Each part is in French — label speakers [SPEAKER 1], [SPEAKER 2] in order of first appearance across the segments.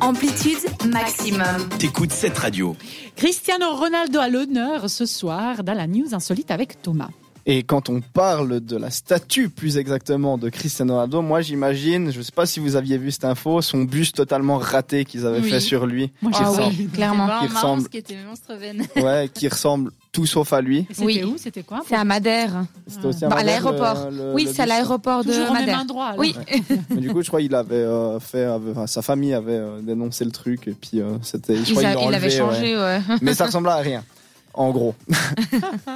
[SPEAKER 1] Amplitude maximum.
[SPEAKER 2] T'écoutes cette radio.
[SPEAKER 3] Cristiano Ronaldo à l'honneur ce soir dans la news insolite avec Thomas.
[SPEAKER 4] Et quand on parle de la statue, plus exactement, de Cristiano Ronaldo, moi j'imagine, je sais pas si vous aviez vu cette info, son buste totalement raté qu'ils avaient
[SPEAKER 5] Oui.
[SPEAKER 4] fait sur lui.
[SPEAKER 3] Moi,
[SPEAKER 4] qui
[SPEAKER 1] Ah
[SPEAKER 3] j'ai
[SPEAKER 4] ressemble-
[SPEAKER 3] oui.
[SPEAKER 1] Clairement.
[SPEAKER 4] Il ressemble.
[SPEAKER 5] qui était monstre veine.
[SPEAKER 4] ouais, qui ressemble tout sauf à lui.
[SPEAKER 3] C'était
[SPEAKER 1] Oui.
[SPEAKER 3] où C'était quoi
[SPEAKER 1] C'est à Madère.
[SPEAKER 4] C'était aussi
[SPEAKER 1] Bah, à
[SPEAKER 4] Madère,
[SPEAKER 1] l'aéroport.
[SPEAKER 4] le- le-
[SPEAKER 1] Oui,
[SPEAKER 4] le
[SPEAKER 1] c'est à
[SPEAKER 4] buste.
[SPEAKER 1] l'aéroport de
[SPEAKER 3] Euh, Toujours au même
[SPEAKER 1] Madère.
[SPEAKER 3] endroit. alors.
[SPEAKER 1] Oui,
[SPEAKER 4] Mais du coup, je crois qu'il avait euh, fait, avait- enfin, sa famille avait euh, dénoncé le truc et puis euh, c'était. Je
[SPEAKER 1] il,
[SPEAKER 4] crois
[SPEAKER 1] a-
[SPEAKER 4] qu'il l'a
[SPEAKER 1] il avait
[SPEAKER 4] enlevé, ouais.
[SPEAKER 1] changé, ouais.
[SPEAKER 4] mais ça ressemble à rien. En gros.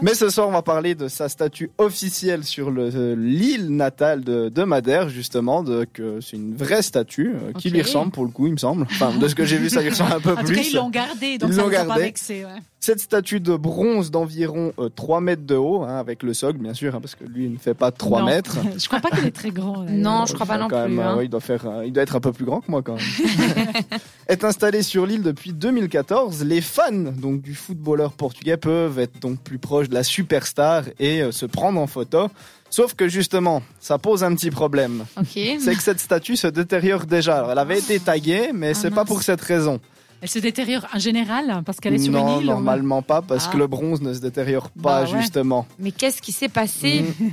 [SPEAKER 4] Mais ce soir, on va parler de sa statue officielle sur le- euh, l'île natale de, de Madère, justement, de, que c'est une vraie statue euh, qui
[SPEAKER 3] Ok.
[SPEAKER 4] lui ressemble pour le coup, il me semble. Enfin, de ce que j'ai vu, ça lui ressemble un peu
[SPEAKER 3] En tout cas,
[SPEAKER 4] plus.
[SPEAKER 3] ils l'ont gardé, donc
[SPEAKER 4] Ils
[SPEAKER 3] ça
[SPEAKER 4] l'ont
[SPEAKER 3] ne pas
[SPEAKER 4] gardé.
[SPEAKER 3] vexé. ouais.
[SPEAKER 4] Cette statue de bronze d'environ euh, 3 mètres de haut, hein, avec le socle, bien sûr, hein, parce que lui, il ne fait pas 3
[SPEAKER 3] Non.
[SPEAKER 4] mètres.
[SPEAKER 3] Je crois pas qu'il est très grand. là.
[SPEAKER 1] Non, je
[SPEAKER 4] Euh,
[SPEAKER 1] crois pas
[SPEAKER 4] enfin,
[SPEAKER 1] non
[SPEAKER 4] quand
[SPEAKER 1] plus.
[SPEAKER 4] même, euh,
[SPEAKER 1] hein.
[SPEAKER 4] ouais, il, doit faire, euh, il doit être un peu plus grand que moi quand même. est installé sur l'île depuis 2014, les fans donc, du footballeur portugais peuvent être donc plus proches de la superstar et euh, se prendre en photo. Sauf que justement, ça pose un petit problème.
[SPEAKER 1] Ok.
[SPEAKER 4] C'est que cette statue se détériore déjà. Alors, elle avait été taguée, mais
[SPEAKER 1] Ah,
[SPEAKER 4] c'est pas
[SPEAKER 1] mince.
[SPEAKER 4] pour cette raison.
[SPEAKER 3] Elle se détériore en général hein, parce qu'elle est sur
[SPEAKER 4] Non,
[SPEAKER 3] une île. ou-
[SPEAKER 4] normalement pas, parce
[SPEAKER 3] Ah.
[SPEAKER 4] que le bronze ne se détériore pas
[SPEAKER 3] Bah ouais.
[SPEAKER 4] justement.
[SPEAKER 1] Mais qu'est-ce qui s'est passé
[SPEAKER 4] Mm.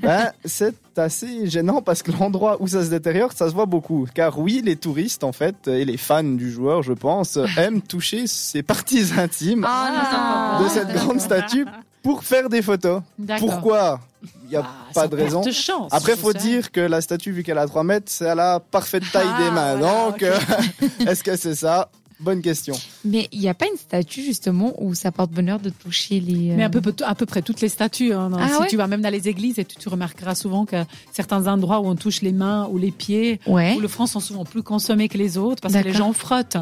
[SPEAKER 4] Ben, c'est assez gênant parce que l'endroit où ça se détériore, ça se voit beaucoup. Car oui, les touristes, en fait, et les fans du joueur, je pense, aiment toucher ses parties intimes
[SPEAKER 1] Ah,
[SPEAKER 4] de cette grande statue pour faire des photos.
[SPEAKER 3] D'accord.
[SPEAKER 4] Pourquoi Il n'y a
[SPEAKER 3] Ah,
[SPEAKER 4] pas
[SPEAKER 3] sans
[SPEAKER 4] de raison.
[SPEAKER 3] perte chance,
[SPEAKER 4] Après,
[SPEAKER 3] je
[SPEAKER 4] faut
[SPEAKER 3] sais.
[SPEAKER 4] dire que la statue, vu qu'elle a 3 mètres, c'est à la parfaite taille
[SPEAKER 3] Ah,
[SPEAKER 4] des mains.
[SPEAKER 3] voilà,
[SPEAKER 4] Donc, euh, est-ce que c'est ça Bonne question.
[SPEAKER 1] Mais il n'y a pas une statue justement où ça porte bonheur de toucher les. euh,
[SPEAKER 3] Mais à peu, à peu près toutes les statues. hein.
[SPEAKER 1] Ah
[SPEAKER 3] si
[SPEAKER 1] ouais
[SPEAKER 3] tu vas même dans les églises, et tu, tu remarqueras souvent que certains endroits où on touche les mains ou les pieds,
[SPEAKER 1] euh, Ouais.
[SPEAKER 3] où le franc sont souvent plus consommés que les autres parce que les
[SPEAKER 1] Hein D'accord.
[SPEAKER 3] gens frottent.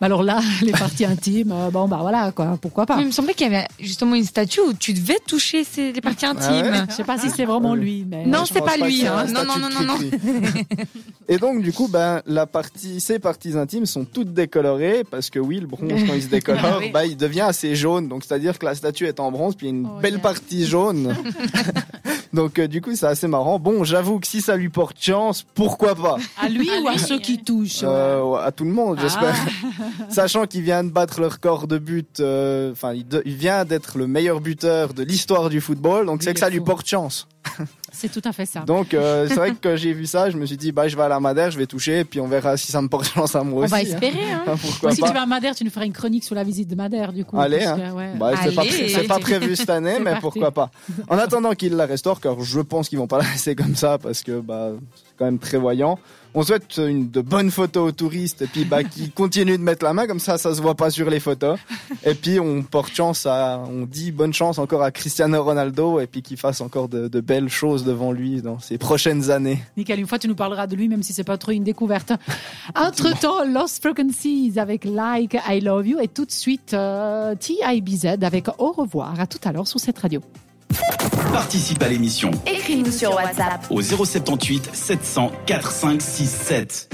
[SPEAKER 3] Mais alors là, les parties intimes, euh, bon bah voilà quoi, pourquoi pas.
[SPEAKER 1] Mais il me semblait qu'il y avait justement une statue où tu devais toucher ses- les parties intimes.
[SPEAKER 4] Ah ouais
[SPEAKER 3] Je sais pas si c'est vraiment
[SPEAKER 4] Ouais.
[SPEAKER 3] lui, mais
[SPEAKER 1] Non,
[SPEAKER 4] Je
[SPEAKER 1] c'est
[SPEAKER 4] pense
[SPEAKER 1] pas lui,
[SPEAKER 4] que c'est
[SPEAKER 1] hein.
[SPEAKER 4] la
[SPEAKER 1] Non, non,
[SPEAKER 4] statue de
[SPEAKER 1] non, non,
[SPEAKER 4] Cricri. Et donc, du coup, ben, la partie, ces parties intimes sont toutes décolorées parce que oui, le bronze, quand il se décolore,
[SPEAKER 3] Ah oui.
[SPEAKER 4] ben, il devient assez jaune. Donc, c'est-à-dire que la statue est en bronze, puis il y a une
[SPEAKER 3] Oh,
[SPEAKER 4] belle
[SPEAKER 3] yeah.
[SPEAKER 4] partie jaune. donc, euh, du coup, c'est assez marrant. Bon, j'avoue que si ça lui porte chance, pourquoi pas
[SPEAKER 3] à lui
[SPEAKER 5] À
[SPEAKER 3] ou à
[SPEAKER 5] lui.
[SPEAKER 3] ceux qui touchent.
[SPEAKER 4] Euh, à tout le monde,
[SPEAKER 3] Ah.
[SPEAKER 4] j'espère. Sachant qu'il vient de battre leur corps de but, euh, enfin, il, de- il vient d'être le meilleur buteur de l'histoire du football, donc
[SPEAKER 3] Il
[SPEAKER 4] c'est que
[SPEAKER 3] est
[SPEAKER 4] ça lui
[SPEAKER 3] fou.
[SPEAKER 4] porte chance.
[SPEAKER 3] C'est tout à fait ça.
[SPEAKER 4] Donc euh, c'est vrai que quand j'ai vu ça, je me suis dit bah je vais à la Madère, je vais toucher, puis on verra si ça me porte chance à moi
[SPEAKER 1] On
[SPEAKER 4] aussi.
[SPEAKER 1] va
[SPEAKER 4] hein.
[SPEAKER 1] espérer. Hein.
[SPEAKER 4] Enfin, Pourquoi
[SPEAKER 3] si
[SPEAKER 4] pas
[SPEAKER 3] tu vas à Madère, tu nous feras une chronique sur la visite de Madère du coup.
[SPEAKER 4] Allez,
[SPEAKER 3] parce
[SPEAKER 4] hein.
[SPEAKER 3] que, ouais.
[SPEAKER 4] Bah, c'est pas,
[SPEAKER 1] Allez.
[SPEAKER 4] c'est pas prévu cette année,
[SPEAKER 3] C'est
[SPEAKER 4] mais
[SPEAKER 3] parti.
[SPEAKER 4] pourquoi pas. En attendant qu'ils la restaurent, car je pense qu'ils vont pas la laisser comme ça parce que bah c'est quand même très voyant. On souhaite une de bonnes photos aux touristes et puis bah qui continuent de mettre la main comme ça, ça se voit pas sur les photos. Et puis on porte chance à, on dit bonne chance encore à Cristiano Ronaldo et puis qu'il fasse encore de, de belles choses devant lui dans ses prochaines années.
[SPEAKER 3] Nickel, une fois tu nous parleras de lui, même si c'est pas trop une découverte. Entre-temps, Lost Frequencies avec Like, I Love You et tout de suite euh, TIBZ avec Au revoir. À tout à l'heure sur cette radio.
[SPEAKER 2] Participe à l'émission
[SPEAKER 6] Écris-nous sur WhatsApp.
[SPEAKER 2] au 078 700 4567.